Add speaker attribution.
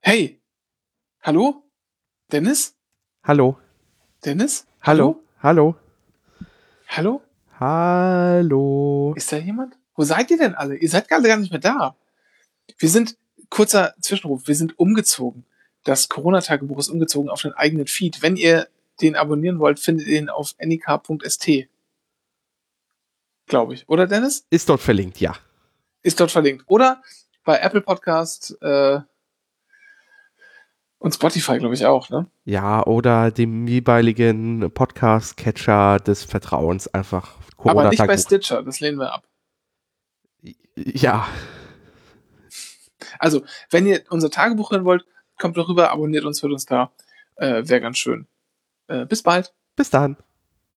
Speaker 1: Hey, hallo? Dennis?
Speaker 2: Hallo,
Speaker 1: Dennis?
Speaker 2: hallo, hallo,
Speaker 1: Hallo?
Speaker 2: hallo.
Speaker 1: Ist da jemand? Wo seid ihr denn alle? Ihr seid alle gar nicht mehr da. Wir sind, kurzer Zwischenruf, wir sind umgezogen. Das Corona-Tagebuch ist umgezogen auf den eigenen Feed. Wenn ihr den abonnieren wollt, findet ihr ihn auf nik.st. Glaube ich. Oder Dennis?
Speaker 2: Ist dort verlinkt, ja.
Speaker 1: Ist dort verlinkt. Oder bei Apple Podcast äh, und Spotify, glaube ich, auch, ne?
Speaker 2: Ja, oder dem jeweiligen Podcast-Catcher des Vertrauens einfach
Speaker 1: Aber nicht bei
Speaker 2: Corona-Tagebuch.
Speaker 1: Stitcher, das lehnen wir ab.
Speaker 2: Ja,
Speaker 1: Also, wenn ihr unser Tagebuch hören wollt, kommt doch rüber, abonniert uns, hört uns da. Äh, Wäre ganz schön. Äh, bis bald.
Speaker 2: bis dann.